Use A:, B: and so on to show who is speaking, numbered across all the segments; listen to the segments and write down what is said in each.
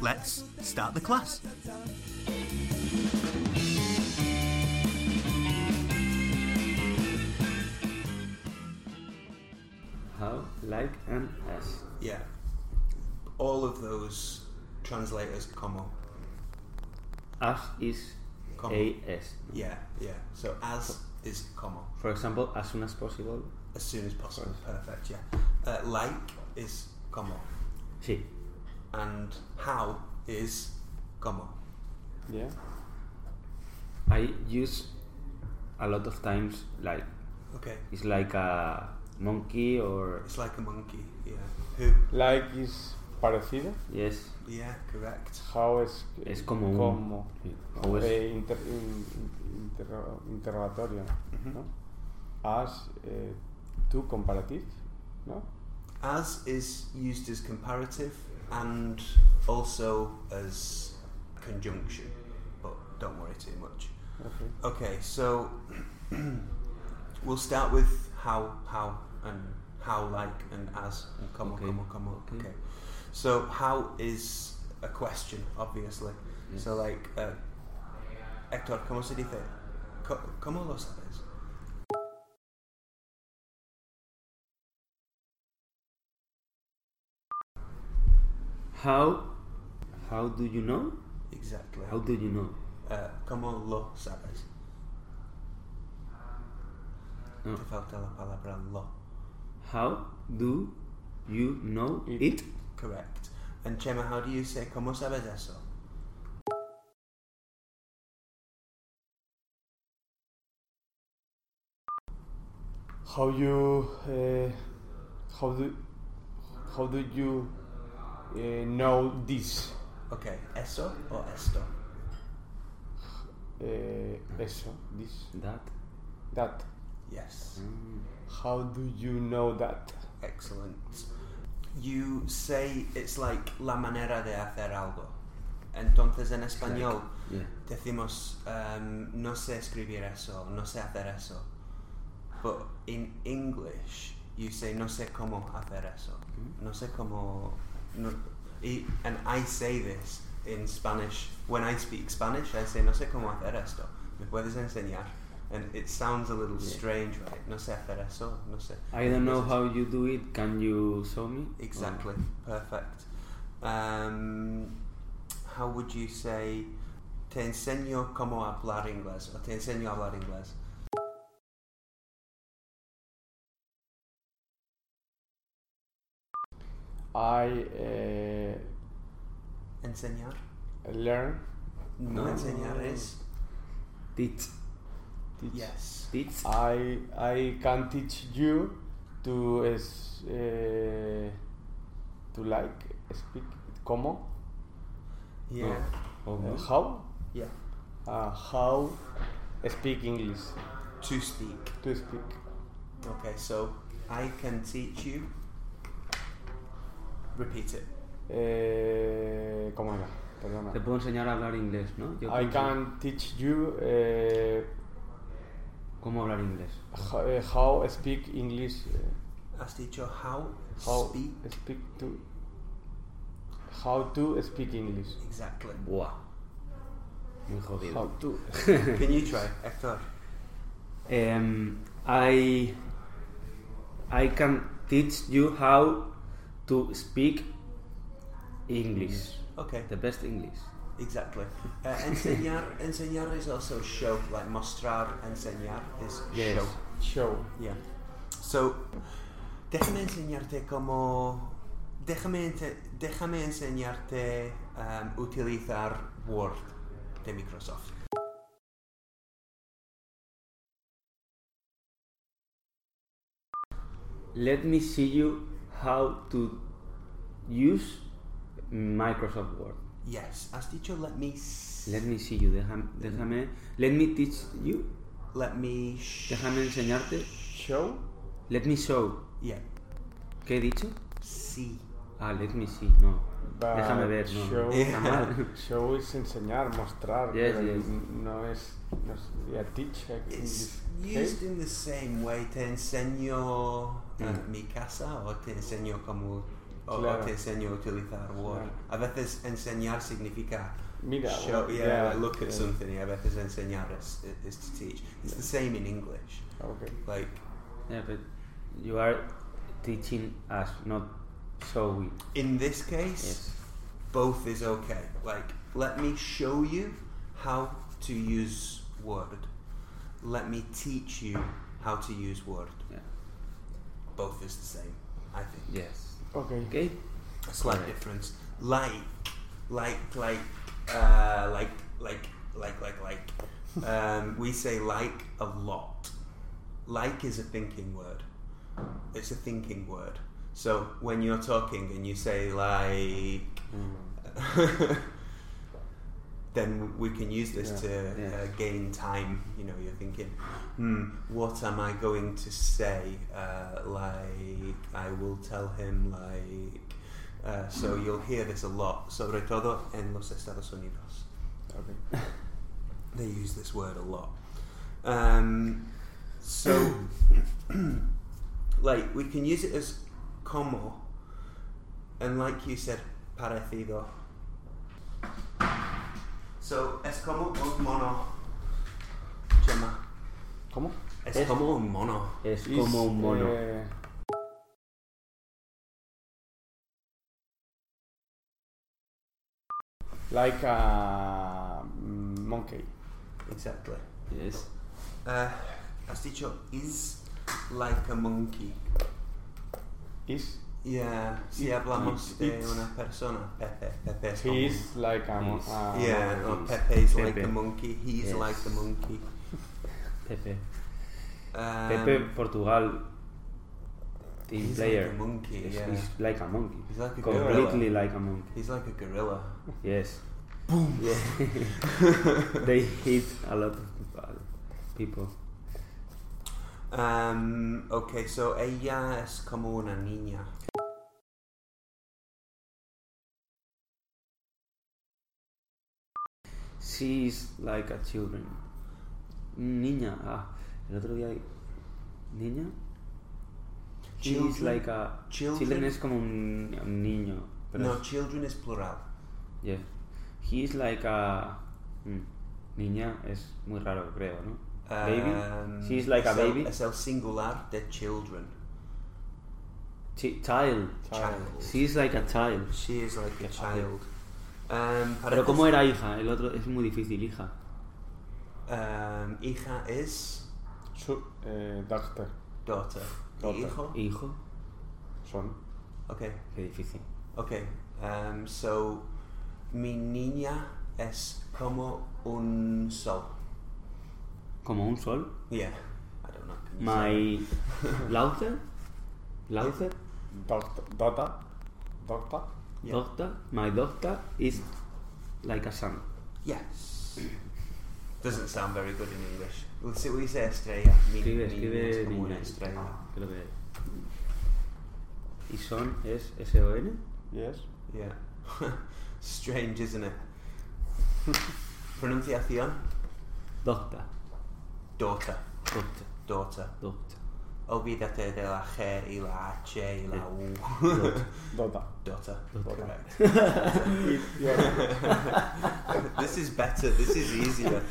A: Let's start the class.
B: How, like, and as.
A: Yeah. All of those translators como.
B: As is
C: Como.
B: as.
C: Yeah, yeah. So as is como.
B: For example, as soon as possible.
C: As soon as possible. Perfect, yeah. Uh, like is como.
B: Sí.
C: And how is como.
B: Yeah. I use a lot of times like
C: Okay.
B: it's like a monkey or
C: It's like a monkey, yeah. Who?
D: Like is parecido.
B: yes.
C: Yeah, correct.
D: How es,
B: Es como un-
D: como
B: Pues sí, how es-
D: eh, inter- in- in- interro- interrogatorio, ¿no? As eh, tú comparative, ¿no?
C: As is used as comparative and also as conjunction, but don't worry too much.
D: Okay.
C: Okay, so we'll start with how, how, and how like, and as, and como,
B: Okay.
C: como, como.
B: Okay.
C: Okay. So how is a question, obviously. So like, uh, Hector, ¿cómo se dice? Co- ¿Cómo lo sabes?
B: How how do you know?
C: Exactly.
B: How do you know?
C: Uh, ¿Cómo lo sabes?
B: No.
C: Te falta la palabra lo.
B: How do you know
D: It.
B: it?
C: Correct. And Chema, how do you say ¿Cómo sabes eso?
D: How you eh, how do how do you eh, know this?
C: Okay, eso or esto?
D: Eh, eso, this,
B: That
D: that.
C: Yes.
D: How do you know that?
C: Excellent. You say it's like la manera de hacer algo. Entonces en español
B: yeah.
C: decimos um, no sé escribir eso, no sé hacer eso. But in English you say no sé cómo hacer eso.
B: Mm-hmm.
C: No sé cómo. No, y- and I say this in Spanish. When I speak Spanish, I say no sé cómo hacer esto. ¿Me puedes enseñar? And it sounds a little
B: Yeah.
C: strange, right? No sé hacer eso. No sé.
B: I don't know
C: No sé-
B: how you do it. Can you show me?
C: Exactly. Perfect. Um, how would you say te enseño cómo hablar inglés or te enseño a hablar inglés?
D: I eh,
C: Enseñar?
D: learn.
C: No,
B: No.
C: enseñar es
B: Teach,
D: Teach.
C: yes.
B: teach.
D: Ah, I I can teach you to es, eh, to like speak como
C: Yeah.
B: Oh,
D: uh, how
C: Yeah.
D: uh, how speak English
C: To speak.
D: to speak
C: Okay, so I can teach you. Repeat it.
D: eh, cómo era perdona
B: Te puedo enseñar a hablar inglés, ¿no? Yo
D: I
B: te ense-
D: can teach you eh,
B: ¿Cómo hablar inglés?
D: how, eh, how speak English eh,
C: Has dicho how,
D: how
C: speak
D: speak to how to speak English
C: exactly.
B: Buah. Muy jodido.
D: how to
C: can you try, Hector?
B: Em, I I can teach you how to speak English.
D: Mm.
C: Okay.
B: The best English.
C: Exactly. Uh, enseñar, enseñar is also show, like mostrar, enseñar is
B: Yes.
C: show.
D: show
C: Yeah. So, déjame enseñarte cómo. Déjame, ente- déjame enseñarte um, utilizar Word de Microsoft.
B: Let me see you how to use Microsoft Word.
C: Yes. Has dicho let me. s-
B: Let me see you. Déjame, déjame. Let me teach you.
C: Let me. Sh-
B: Déjame enseñarte.
D: Show.
B: Let me show.
C: yeah.
B: ¿Qué he dicho?
C: See.
B: Ah, let me see. No.
D: but
B: Déjame ver. No.
D: Show,
B: Está mal.
D: show es enseñar, mostrar.
B: Yes,
D: pero
B: yes.
D: No es. No es yeah, teach. eh, I think
C: It's
D: is-
C: used
D: okay.
C: in the same way. Te enseño uh, mi casa o te enseño cómo. O, o
D: Mm. Claro.
C: te enseño a utilizar Word.
D: Claro.
C: A veces enseñar significa
D: Mira,
C: show,
D: well,
C: yeah,
D: yeah,
C: like look at
D: yeah.
C: something. A veces enseñar is, is to teach. It's the same in English.
D: Okay.
C: Like,
B: Yeah, but you are teaching us, not showing.
C: in this case,
B: Yes.
C: both is okay. Like, let me show you how to use Word. Let me teach you how to use Word.
B: Yeah.
C: Both is the same, I think.
B: Yes.
D: Okay.
B: Okay.
C: A slight
B: Correct.
C: difference. Like, like, like, uh, like, like, like, like, like. um, we say like a lot. Like is a thinking word. It's a thinking word. So when you're talking and you say like, Mm. then we can use this
D: Yeah,
C: to
B: yeah.
C: Uh, gain time. You know, you're thinking, hmm, what am I going to say? Uh, like, I will tell him, like. Uh, so you'll hear this a lot, sobre todo en los Estados Unidos.
D: Okay.
C: They use this word a lot. Um, so, like, we can use it as como, and like you said, parecido. So, es como un mono. Gemma.
D: ¿Cómo?
C: Es,
B: Es-
C: como un mono.
B: Es
D: Is,
B: como un mono.
D: eh, like a mm, monkey.
C: Exactly. Este-
B: Yes.
C: Uh, has dicho is like a monkey.
D: Is
C: Yeah, si
D: It-
C: hablamos
D: it-
C: de
D: it's-
C: una persona, Pepe, Pepe es como
D: he is like a mon-
B: Is.
D: a
C: Yeah,
B: monkey
C: or
B: is
C: Pepe's like
B: Pepe.
C: a monkey. He's
B: Yes.
C: like a monkey.
B: Pepe.
C: Um,
B: Pepe Portugal team
C: he's
B: player.
C: like a monkey.
B: It's-
C: yeah.
B: it's like a monkey.
C: He's like a
B: Completely
C: gorilla.
B: like a monkey.
C: He's like a gorilla.
B: Yes. Boom. they hit a lot of people.
C: Um, okay, so ella es como una niña.
B: She is like a children. Niña. Ah, el otro día. Niña. She is
C: Children?
B: like a.
C: Children?
B: Children es como un, un niño. Pero
C: No,
B: es-
C: children is plural.
B: yeah. He is like a. mm, niña es muy raro, creo, ¿no?
C: Um,
B: baby. She is like a
C: es el-
B: baby.
C: Es el singular de children.
B: Chi- child.
C: Child.
B: She is like a child.
C: She is like
B: Qué
C: a
B: fácil.
C: child. Um,
B: Pero ¿cómo era hija? El otro es muy difícil, hija.
C: Um, hija es
D: su- eh, doctor.
C: daughter.
D: Daughter.
C: Hijo.
B: Hijo.
D: Son.
C: Okay.
B: Qué difícil.
C: Okay, um, so mi niña es como un sol.
B: Como un sol.
C: Yeah, I don't know. Can you say
B: My laughter, laughter,
D: Doctor. Dota. Doctor.
C: that? Yeah.
B: doctor, my doctor is like a sun.
C: Yes. Doesn't sound very good in English. We'll see what you say, estrella. Mi
B: Escribe,
C: niña es
B: escribe
C: como una
B: niña.
C: estrella.
B: Creo que Y son es S-O-N.
D: Yes.
C: Yeah. Strange, isn't it? Pronunciación?
B: Doctor,
C: Daughter.
B: doctor,
C: Daughter.
B: doctor.
C: Olvídate de la G y la H y la U.
D: Dota.
C: Daughter.
B: Daughter.
C: Correct.
D: Yeah.
C: this is better. This is easier.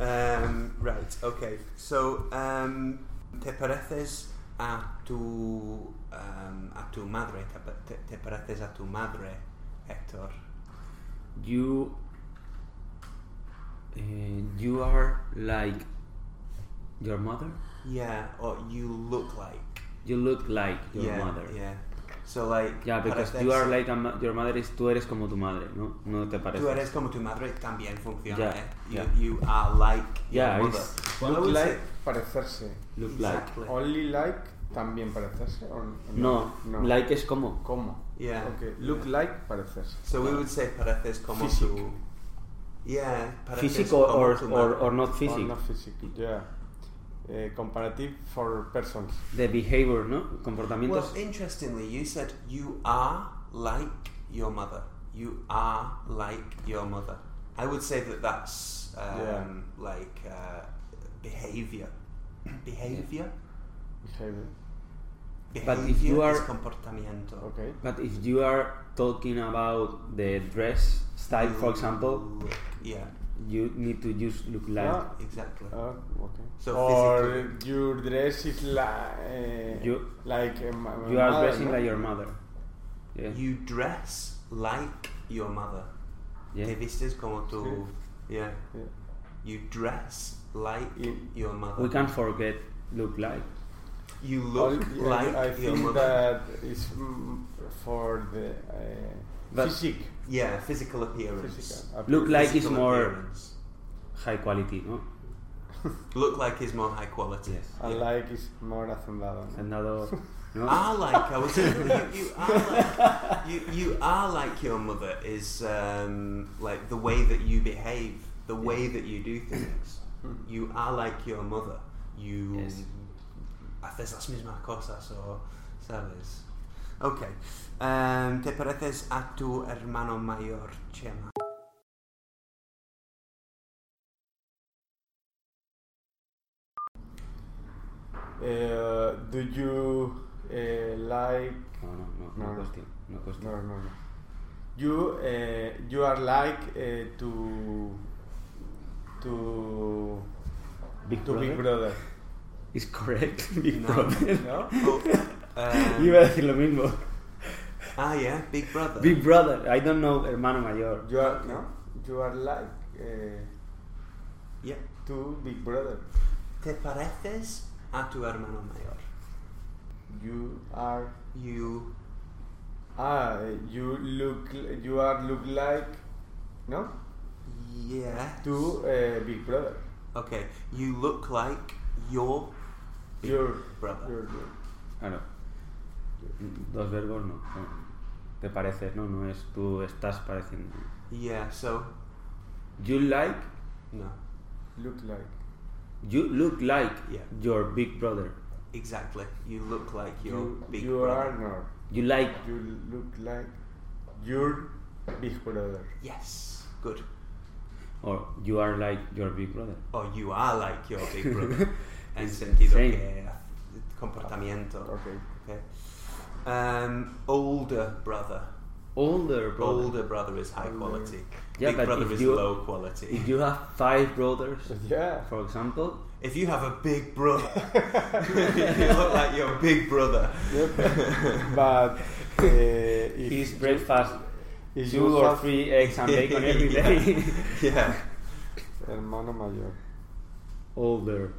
C: um, right. Okay. So, um, te pareces a tu um, a tu madre. Te, pa- te, te pareces a tu madre, Hector.
B: You. eh, you are like your mother.
C: Yeah. Or you look like
B: You look like your
C: yeah,
B: mother.
C: Yeah. So like.
B: Yeah, because
C: pareces-
B: you are like a ma- your mother is tú eres como tu madre, ¿no? No te parece.
C: Tú eres como tu madre también funciona.
B: Yeah,
C: eh? You,
B: yeah.
C: you are like
B: Yeah,
C: your
B: it's-
C: mother. Well, I
D: Look
C: would say-
D: like parecerse.
B: Look like.
C: Exactly.
D: Only like también parecerse? ¿O no?
B: No,
D: no.
B: like es como.
D: ¿Cómo?
C: Yeah.
D: Okay. Look like parecerse.
C: So we would say pareces como
D: Physique.
C: tu. Yeah, pareces
B: Physical or,
C: como tu
B: or,
C: ma-
B: or not
D: Or
B: physical.
D: Oh, not physical, yeah. Eh, comparative for persons.
B: The behavior, ¿no? Comportamientos.
C: Well, interestingly, you said you are like your mother. You are like your mother. I would say that that's um,
D: Yeah.
C: like uh, behavior. Behavior.
D: Behavior.
C: Behavior
B: But if you
C: is
B: are-
C: comportamiento.
D: Okay.
B: But if you are talking about the dress style, for
D: Mm.
B: example,
C: Look. Yeah,
B: you need to use look like.
D: Ah,
C: exactly.
D: ah, okay.
C: So
D: or your dress is like eh,
B: You-
D: like eh, my- my
B: You are
D: mother,
B: dressing
D: no?
B: like your mother. Yeah.
C: you dress like your mother. Te
B: yeah.
C: vistes como tu. Yeah.
D: Yeah.
C: You dress like
D: Y-
C: your mother.
B: We can Oh, forget look like.
C: You look
D: Or-
C: like
D: I, I
C: your
D: think
C: mother.
D: that is mm, for the eh,
B: But-
D: physique.
C: Yeah, physical appearance.
D: physical
B: Look like is
C: Physical
B: more-
C: appearance.
B: High quality, ¿no?
C: Look like is more high quality.
B: Yes.
D: I like is more hacendado. ¿no?
B: Another. ¿no?
D: Ah.
C: Are like I was saying, you, you are like you, you are like your mother is um, like the way that you behave, the way that you do things. you are like your mother. You
B: Hmm. Yes.
C: haces las mismas cosas o sabes. Okay. Um, te pareces a tu hermano mayor, Chema.
D: Eh, do you eh, like?
B: No, no, no, no,
D: No, no.
B: question. No question.
D: No, no, no. You eh, you are like eh, to to
B: Big
D: to Big
B: Brother
D: Brother,
B: is correct. Big
C: No.
B: Brother.
D: ¿no?
C: Oh, um,
B: Iba a decir lo mismo.
C: ah, yeah, Big Brother.
D: Um,
B: Big Brother. I don't know hermano mayor.
D: You are no. You are like eh,
C: yeah.
D: to Big Brother.
C: Te pareces a tu hermano mayor.
D: You are
C: You
D: ah eh, you look you are look like no
C: yeah.
D: to eh, Big Brother.
C: Okay. You look like your
D: Your
C: brother.
D: your, your.
B: Ah, no. Dos verbos no. no. Te pareces, no, no es tú estás pareciendo.
C: Yeah, so
B: You like,
C: no.
D: look like
B: you look like
C: Yeah.
B: your big brother.
C: Exactly. You look like your
D: you,
C: big
D: you
C: brother.
D: are not.
B: You like
D: You look like your big brother.
C: Yes. Good.
B: or you are like your big brother.
C: Or you are like your big brother. en sentido
B: same.
C: que comportamiento.
D: Okay.
C: Okay. Um, older brother.
B: Older brother.
C: Older brother is high
D: Older.
C: quality.
B: Yeah,
C: big
B: but
C: brother
B: if
C: is
B: you-
C: low quality.
B: If you have five brothers,
D: Yeah.
B: for example,
C: If you have a big brother, you look like your big brother.
D: Yep. but uh, if
B: his breakfast
D: if
B: two
D: you
B: or
D: have-
B: three eggs and bacon every day.
C: Yeah.
D: hermano mayor.
B: Older.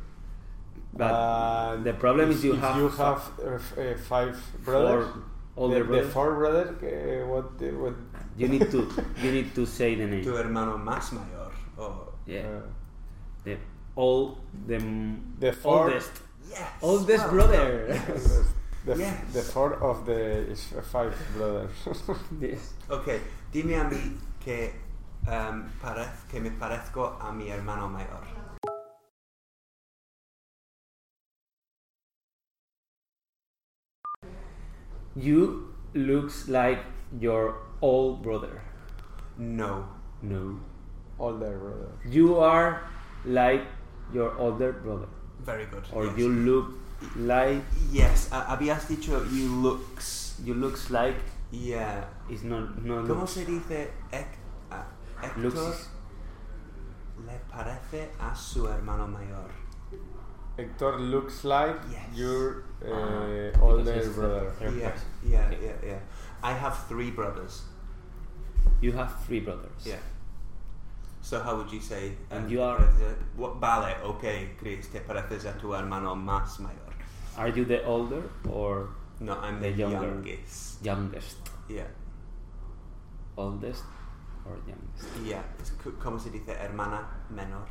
B: But
D: Uh,
B: the problem
D: if,
B: is you
D: if
B: have
D: you have uh, f- uh, five brothers.
B: four
D: the,
B: older
D: the
B: brothers.
D: four brother. Uh, what? The, what?
B: You need to you need to say the name.
C: Tu hermano más mayor. Oh,
B: Yeah.
D: Uh,
B: The all the m-
D: The four-
B: oldest
C: yes.
B: oldest
C: well
B: brother.
D: the, f-
C: Yes.
D: the four of the is five brothers.
B: Yes.
C: done. Okay, dime a mí que, um, parez- que me parezco a mi hermano mayor.
B: You looks like your old brother.
C: No.
B: No.
D: Older brother.
B: You are like your older brother,
C: Very good.
B: or
C: yes.
B: you look like
C: Yes, a- habías dicho you looks.
B: you looks like
C: Yeah.
B: is not no
C: ¿Cómo
B: look.
C: se dice Hec- a- Héctor
B: looks is-
C: le parece a su hermano mayor?
D: Hector looks like
C: Yes.
D: your uh,
B: Ah, because
D: older
B: it's the
D: brother.
B: third
C: Yeah,
B: person.
C: yeah,
B: Okay.
C: yeah, yeah. I have three brothers.
B: You have three brothers.
C: Yeah. So how would you say?
B: And
C: uh,
B: you are-
C: parece- wa- Vale, okay, Chris, te pareces a tu hermano más mayor.
B: Are you the older or
C: No, I'm the,
B: The younger.
C: youngest.
B: youngest?
C: Yeah,
B: Oldest or youngest?
C: yeah. It's c- como se dice hermana menor.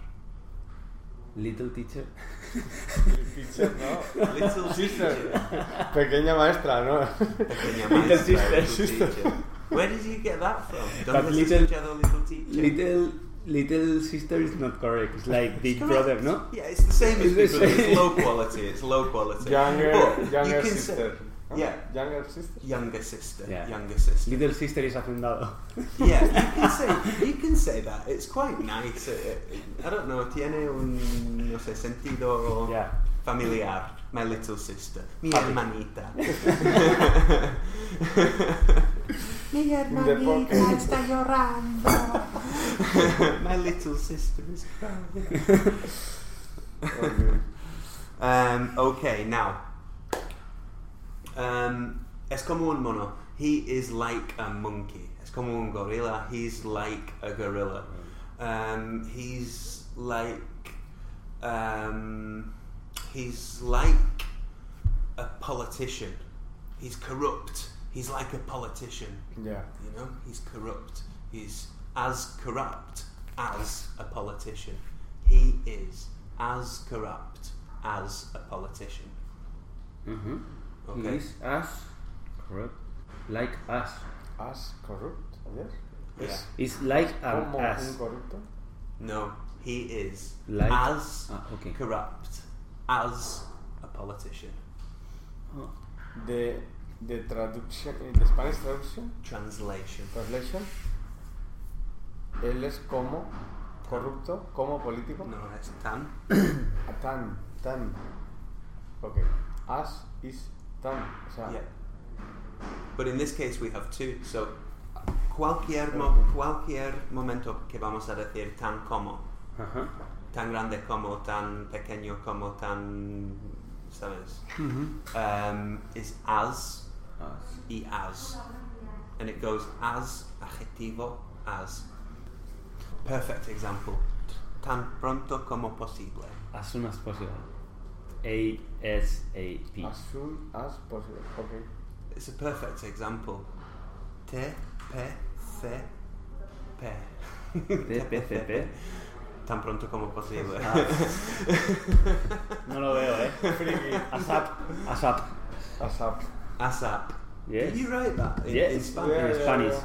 B: Little teacher.
D: Teacher, ¿no?
C: Little
D: Sister.
C: teacher.
D: Pequeña maestra, ¿no?
C: Pequeña
B: Little
C: maestra,
B: sister,
C: little
D: sister.
C: teacher. Where did you get that from?
B: That
C: ¿Dónde has
B: little-
C: escuchado little teacher?
B: Little little sister is not correct. It's like big
C: Correct.
B: brother, no?
C: Yeah, it's the same as
B: It's the
C: big brother.
B: same.
C: It's low quality. It's low quality. But
D: Younger,
C: you
D: younger
C: can say-
D: sister. ¿no?
C: yeah.
D: Younger sister.
C: Younger sister.
B: Yeah.
C: Younger sister.
B: Little sister is ofendado.
C: yeah, you can say you can say that. It's quite nice. It, it- I don't know. Tiene un no sé sentido
D: Yeah.
C: familiar. My little sister. Mi
B: Happy.
C: hermanita. Mi
D: hermanita está
C: llorando. My little sister is crying.
D: Okay.
C: Um, okay, now. Um, es como un mono. He is like a monkey. Es como un gorila. He's like a gorilla. Um, he's like. Um, he's like a politician. He's corrupt. He's like a politician.
D: Yeah.
C: You know, he's corrupt. He's as corrupt as a politician. He is as corrupt as a politician.
B: Mhm.
C: Okay.
B: Is us corrupt? Like us.
D: As corrupt, yes.
C: Yeah.
B: It's like an
D: Como un
B: us.
D: corrupto.
C: No, he is
B: Like-
C: as
B: Ah, okay.
C: corrupt as a politician.
D: The, the traduction, eh, the Spanish traduction,
C: Translation.
D: translation, él es como corrupto, como político.
C: No, it's tan.
D: Ah, Tan, tan. Ok. As is tan. O sea,
C: Yeah. But in this case we have two, so cualquier, mo-
D: Okay.
C: cualquier momento que vamos a decir tan como
B: Ajá.
C: tan grande como, tan pequeño como, tan. ¿Sabes? Um, is as
B: Us.
C: y as. And it goes as, adjetivo, as. Perfect example. Tan pronto como posible.
B: As soon as possible. A S A P.
D: As soon as possible. Ok.
C: It's a perfect example. Te, pe, ce, pe.
B: Te, pe, ce, pe.
C: Tan pronto como posible.
B: No lo veo, eh.
D: Friki.
B: ASAP. ASAP.
D: ASAP.
C: ASAP.
B: Yes.
C: Did you write that in,
B: Yes.
C: in Spanish?
D: Yeah,
B: In
D: yeah,
B: Spanish.
D: yeah.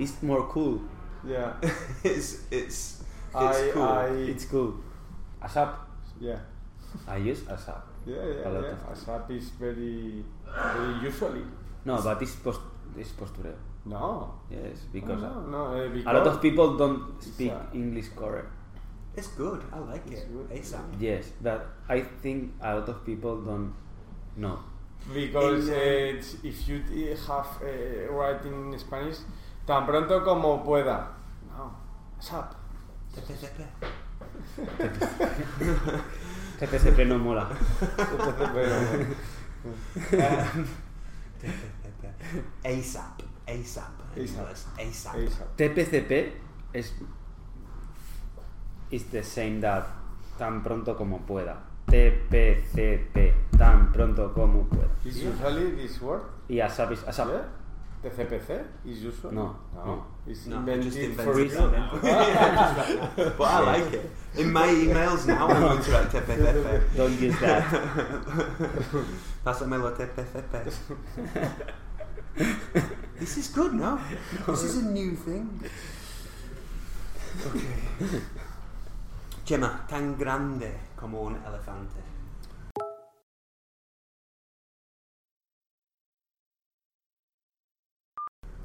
B: It's more cool.
D: Yeah.
C: it's it's it's
D: I,
C: cool.
D: I,
B: It's cool. ASAP.
D: yeah.
B: I use ASAP.
D: Yeah,
B: A
D: yeah,
B: lot
D: yeah.
B: of-
D: ASAP is very, very usually.
B: No, but it's post it's postureo.
D: No.
B: Yes, because
D: no, no, eh,
B: a lot of
D: because-
B: people don't speak
D: a-
B: English correct.
C: It's good. I like
D: It's
C: it.
D: good.
C: ASAP.
B: Yes, but I think a lot of people don't know.
D: Because
C: In, uh,
D: eh, it's- if you eh, have eh, writing in Spanish, tan pronto como pueda. No. ASAP.
B: TPCP no mola.
D: Pero-
C: ASAP. ASAP.
D: ASAP.
C: ASAP.
D: ASAP.
B: TPCP es is the same that tan pronto como pueda. TPCP tan pronto como pueda.
D: Is usually this word?
B: Y ASAP is ASAP.
D: Yeah? The CPC is usual?
B: No,
D: No.
B: no.
D: It's
C: No,
D: invented
C: just
D: for
C: invented.
D: reason.
C: Yeah, just- but I like it. In my emails now, I'm going to write TPFF.
B: Don't use that.
C: Pásamelo TPFF. This is good, no? This is a new thing. Okay. Gemma, tan grande como un elefante.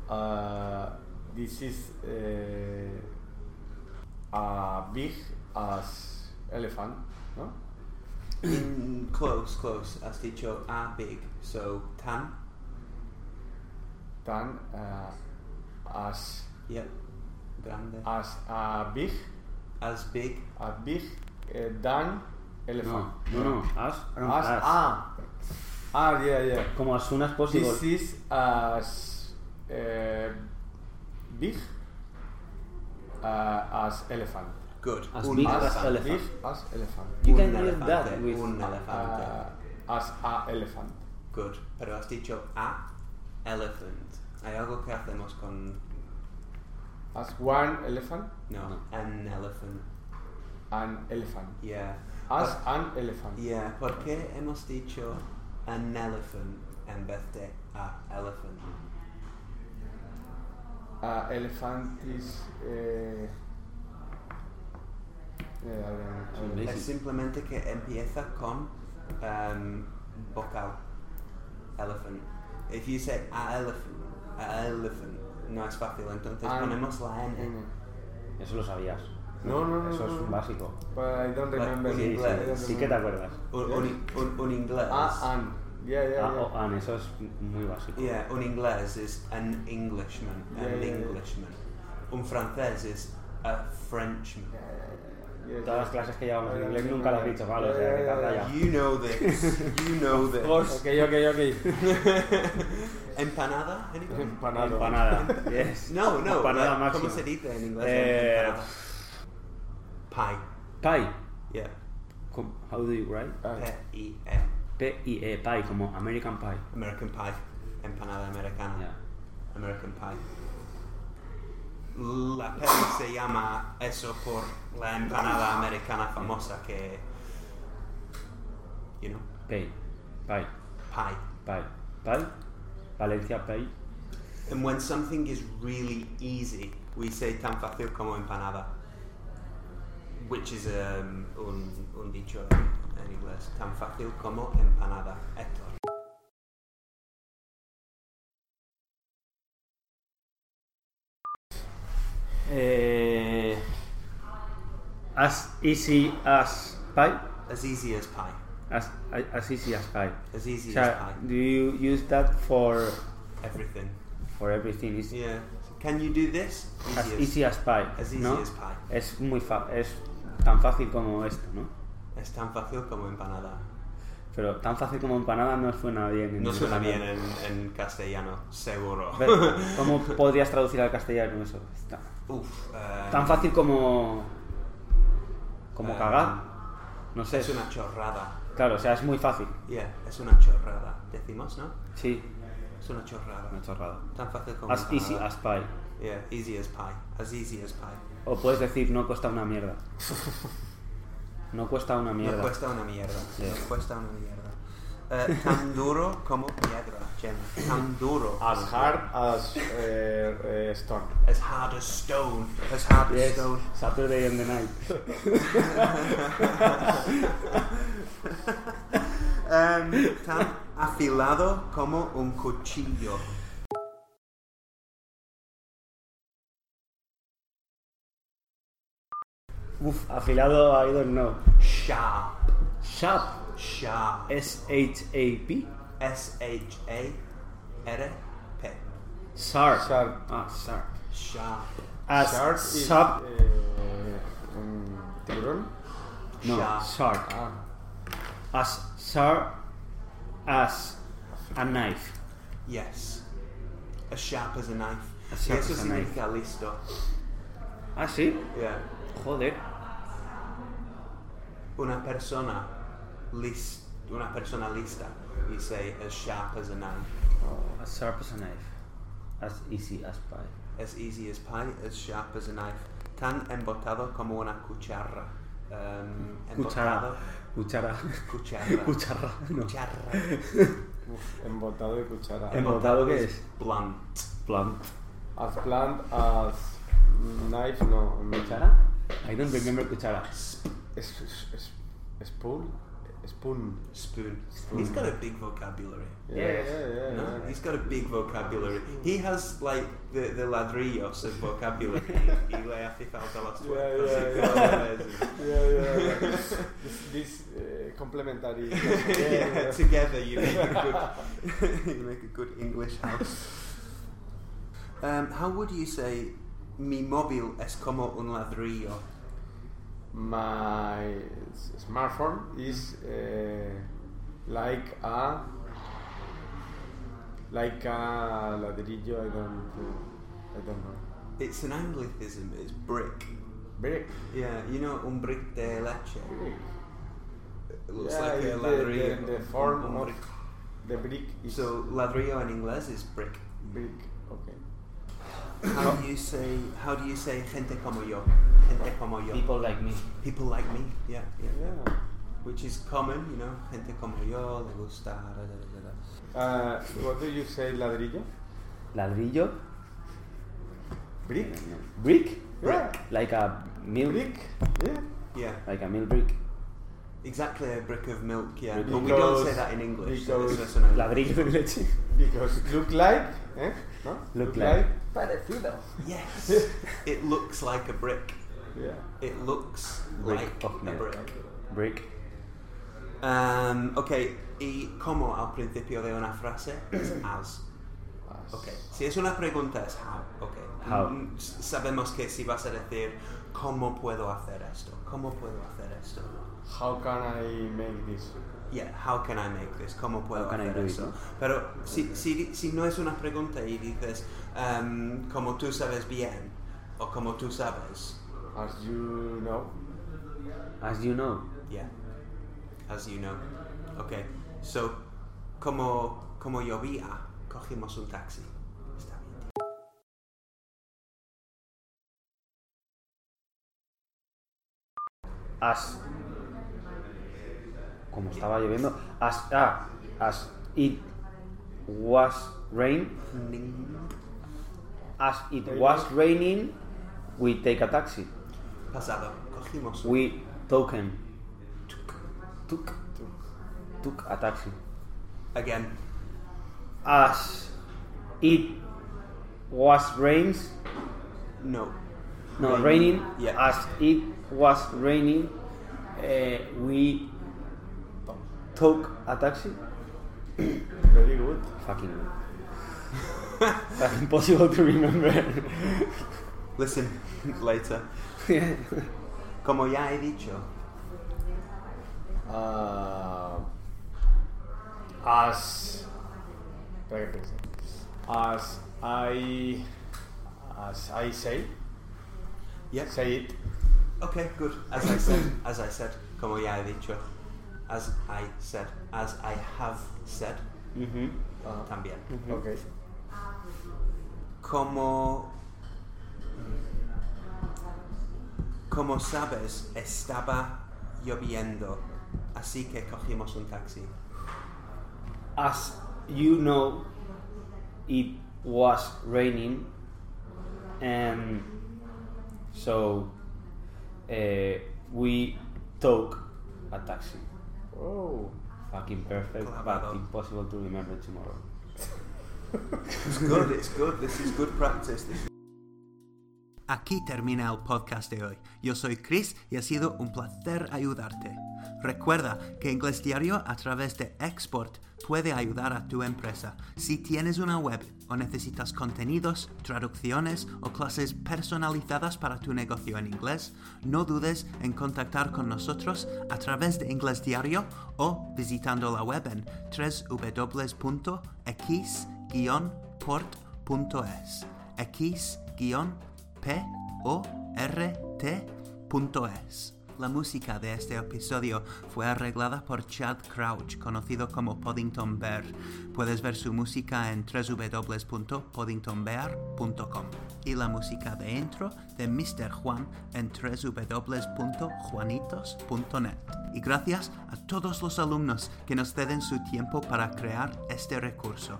D: Uh, this is uh, a big as elephant, no?
C: In Mm, close, close, has dicho a big. So tan,
D: Tan uh, as
C: yep, grande.
D: as a big
C: As big,
D: a big uh, than elephant.
B: No, no, no. As,
D: As ah ah yeah yeah.
B: Como as soon as possible.
D: This is as uh, big uh, as elephant.
C: good.
B: As big as
C: elefante.
B: elef- Elephant. Ah,
D: Big as elephant.
B: You
C: Un
B: can use
C: elefante,
B: that with
C: un elefante.
D: Uh, as a elephant.
C: Good. Pero has dicho a elephant. Hay algo que hacemos con
D: As one elephant.
C: no, an elephant.
D: an elephant.
C: Yeah.
D: As
C: But-
D: an elephant.
C: yeah. ¿Por qué hemos dicho an elephant en vez de a elephant?
D: Uh, elephant is. eh, yeah, I don't know, I don't know.
B: Amazing.
C: Es simplemente que empieza con um, vocal. Elephant. If you say a elephant, a elephant, no es fácil. Entonces
D: An-
C: ponemos la N.
B: Eso lo sabías.
D: No, no, no,
B: Eso
D: no,
B: es
D: no.
B: básico.
D: But I don't
C: Like,
D: remember.
C: in
B: Sí,
D: I don't
B: sí,
C: inglés.
B: sí que te
D: remember.
B: acuerdas.
C: Un, un, un, un inglés.
D: Ah, an. Yeah, yeah,
B: Ah,
D: yeah.
B: oh, an, eso es muy básico.
C: Yeah, un inglés is an Englishman, an
D: Yeah, yeah, yeah.
C: Englishman. Un francés is a Frenchman.
D: Yeah, yeah, yeah.
B: Todas las clases que llevamos en
D: Yeah,
B: inglés
D: yeah,
B: nunca las
D: yeah.
B: has dicho, vale, o
D: Yeah,
B: sea, que
D: yeah,
B: tarda
D: yeah.
B: ya.
C: You know this. You know this.
D: Ok, ok, ok.
C: Empanada? Anyone?
D: Empanado.
B: Empanada, yes.
C: No, no.
B: Empanada
C: like, ¿Cómo
B: máxima.
C: se dice en inglés?
B: Eh,
C: Empanada. Pie.
B: Pie.
C: Yeah.
B: Com- How do you write?
D: Ah,
C: P-I-E.
B: P-I-E, pie, como American Pie.
C: American pie. Empanada americana.
B: Yeah.
C: American Pie. La peli se llama eso por la empanada americana famosa que, you know,
B: Pie. Pie.
C: pie.
B: Pie. Pie. Valencia Pie.
C: And when something is really easy, we say tan fácil como empanada, which is um, un, un dicho en inglés, tan fácil como empanada. Héctor.
B: Eh, as easy as pie.
C: As easy as pie.
B: As, as easy as pie.
C: As easy
B: So,
C: as pie.
B: do you use that for
C: Everything.
B: for everything? It's
C: Yeah. Can you do this?
B: as easy as pie.
C: as, easy
B: ¿no?
C: as pie.
B: Es muy fa es tan fácil como esto, ¿no?
C: Es tan fácil como empanada.
B: Pero tan fácil como empanada no suena bien. en
C: No suena bien ¿eh?
B: español.
C: en, en castellano, seguro.
B: Pero, ¿Cómo podrías traducir al castellano eso? Está-
C: Uf, eh,
B: Tan fácil como como
C: eh,
B: cagar. No sé.
C: Es una chorrada.
B: Claro, o sea, es muy fácil.
C: Yeah, es una chorrada. Decimos, ¿no?
B: Sí,
C: Es una chorrada.
B: una chorrada.
C: Tan fácil como
B: As easy
C: empanada.
B: as pie.
C: Yeah, easy as pie. As easy as pie.
B: O puedes decir no cuesta una mierda. No cuesta una
C: No
B: mierda.
C: cuesta una mierda.
B: Yeah.
C: No cuesta una mierda. Eh, tan duro como piedra, Jen. Tan duro.
B: Ah,
D: As hard as eh, eh, stone.
C: As hard as stone. As hard as
B: Yes,
C: stone.
B: Saturday and the night.
C: Em, tan afilado como un cuchillo.
B: Uf, afilado, I don't know.
C: Sharp.
B: Sharp.
C: Sharp.
B: S-H-A-P.
C: S H A R P.
B: Sharp.
D: Sharp.
B: Ah, sharp.
C: Sharp.
B: As
D: Shark
B: sharp.
D: is,
B: uh,
D: eh, un tiburón.
B: no,
C: sharp.
B: sharp.
D: Ah,
B: As sharp as a knife.
C: Yes. As sharp as a knife.
B: As sharp
C: Eso
B: as a
C: significa listo.
B: Ah, sí.
C: Yeah.
B: Joder.
C: Una persona list. Una persona lista. You say as sharp as a knife.
B: As sharp as a knife. As easy as pie.
C: As easy as pie. As sharp as a knife. Tan embotado como una cuchara. Um,
B: Cuchara.
C: embotado.
B: Cuchara.
C: Cuchara.
B: Cuchara. No.
C: Cuchara.
D: uf, embotado de cuchara.
B: Embotado que es.
C: Blunt.
B: Blunt.
D: As blunt as knife, no. um,
B: Cuchara. I don't remember cuchara.
D: Es, es, es, spoon? Spoon.
C: Spoon. He's got a big vocabulary.
D: Yeah,
B: Yes.
D: yeah, yeah.
C: No,
D: yeah.
C: he's got a big vocabulary. He has like the, the ladrillos of vocabulary. y le hace falta las
D: Yeah,
C: tuercas y
D: yeah,
C: todas
D: yeah.
C: esas.
D: Yeah, yeah, yeah. this this uh, complementary.
C: Yeah, together you make a good, you make a good English house. Um, how would you say mi móvil es como un ladrillo?
D: My s- smartphone is uh, like a like a ladrillo. I don't. uh, I don't know.
C: It's an anglicism. It's brick.
D: Brick.
C: Yeah, you know un brick de leche.
D: Brick.
C: It looks
D: Yeah,
C: like a
D: it's the-
C: ladrillo.
D: the- the form
C: Un
D: of-
C: brick.
D: The brick is
C: So ladrillo in English is brick.
D: brick. Okay.
C: How do you say? How do you say gente como yo? Gente como yo.
B: People like me.
C: People like me. Yeah, yeah, yeah.
D: Yeah.
C: Which is common, you know. Gente como yo le gusta. Da, da, da, da, da.
D: Uh, what do you say, ladrillo?
B: Ladrillo.
D: Brick?
B: Brick.
D: Yeah.
B: Like a mill.
D: Brick? Yeah.
C: Yeah,
B: Like a mill brick.
C: exactly a brick of milk. Yeah,
D: Brick
C: but we don't say
D: because-
C: that in English. So
D: because-
C: it's just an-
B: Ladrillo de leche.
D: Because look like, eh? No?
B: Look like.
D: Parecido.
C: yes, it looks like a brick.
D: Yeah.
C: It looks
B: Brick
C: like
B: of
C: a
B: milk.
C: brick.
B: Brick.
C: Um, okay, y como al principio de una frase es as. Okay. Si es una pregunta es how. Okay.
B: How.
C: Mm, s- Sabemos que si vas a decir cómo puedo hacer esto, cómo puedo hacer esto.
D: How can I make this?
C: Yeah, how can I make this? ¿Cómo puedo
B: How can I
C: hacer
B: do it,
C: eso?
B: no?
C: Pero si, si, si no es una pregunta y dices um, como tú sabes bien o como tú sabes,
D: As you know.
B: As you know.
C: Yeah, as you know. Okay, so como, como llovía, cogimos un taxi. Está bien.
B: As. Como estaba lloviendo. As. Ah. As it was rain. As it was raining, we take a taxi.
C: Pasado, cogimos un...
B: We token. Took. Took. Took a taxi.
C: Again,
B: As it was rains.
C: no.
B: No,
C: Raining.
B: raining.
C: Yeah.
B: As it was raining, uh, we took a taxi.
D: Very good.
B: Fucking. That's impossible to remember.
C: Listen, later. Como ya he dicho,
D: Uh, as. espera que piense. As I. As I say.
C: yeah.
D: Say it.
C: Okay, good. As I said, as I said, como ya he dicho, as I said, as I have said,
B: hmm
D: Uh,
C: también.
D: okay.
C: Como. Como sabes, estaba lloviendo, así que cogimos un taxi.
B: As you know, it was raining, and so uh, we took a taxi.
D: Oh.
B: Fucking perfect,
C: Clavado.
B: but impossible to remember tomorrow.
C: It's good, it's good, this is good practice. This
A: Aquí termina el podcast de hoy. Yo soy Chris y ha sido un placer ayudarte. Recuerda que Inglés Diario a través de Export puede ayudar a tu empresa. Si tienes una web o necesitas contenidos, traducciones o clases personalizadas para tu negocio en inglés, no dudes en contactar con nosotros a través de Inglés Diario o visitando la web en www.x-port.es. X-port p o r t.es. La música de este episodio fue arreglada por Chad Crouch, conocido como Poddington Bear. Puedes ver su música en www.poddingtonbear.com y la música de intro de Mr. Juan en www.juanitos.net. Y gracias a todos los alumnos que nos ceden su tiempo para crear este recurso.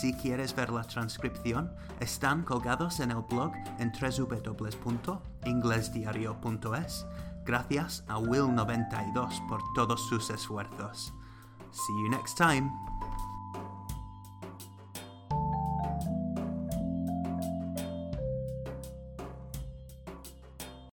A: Si quieres ver la transcripción, están colgados en el blog en www.inglesdiario.es. Gracias a Will92 por todos sus esfuerzos. See you next time.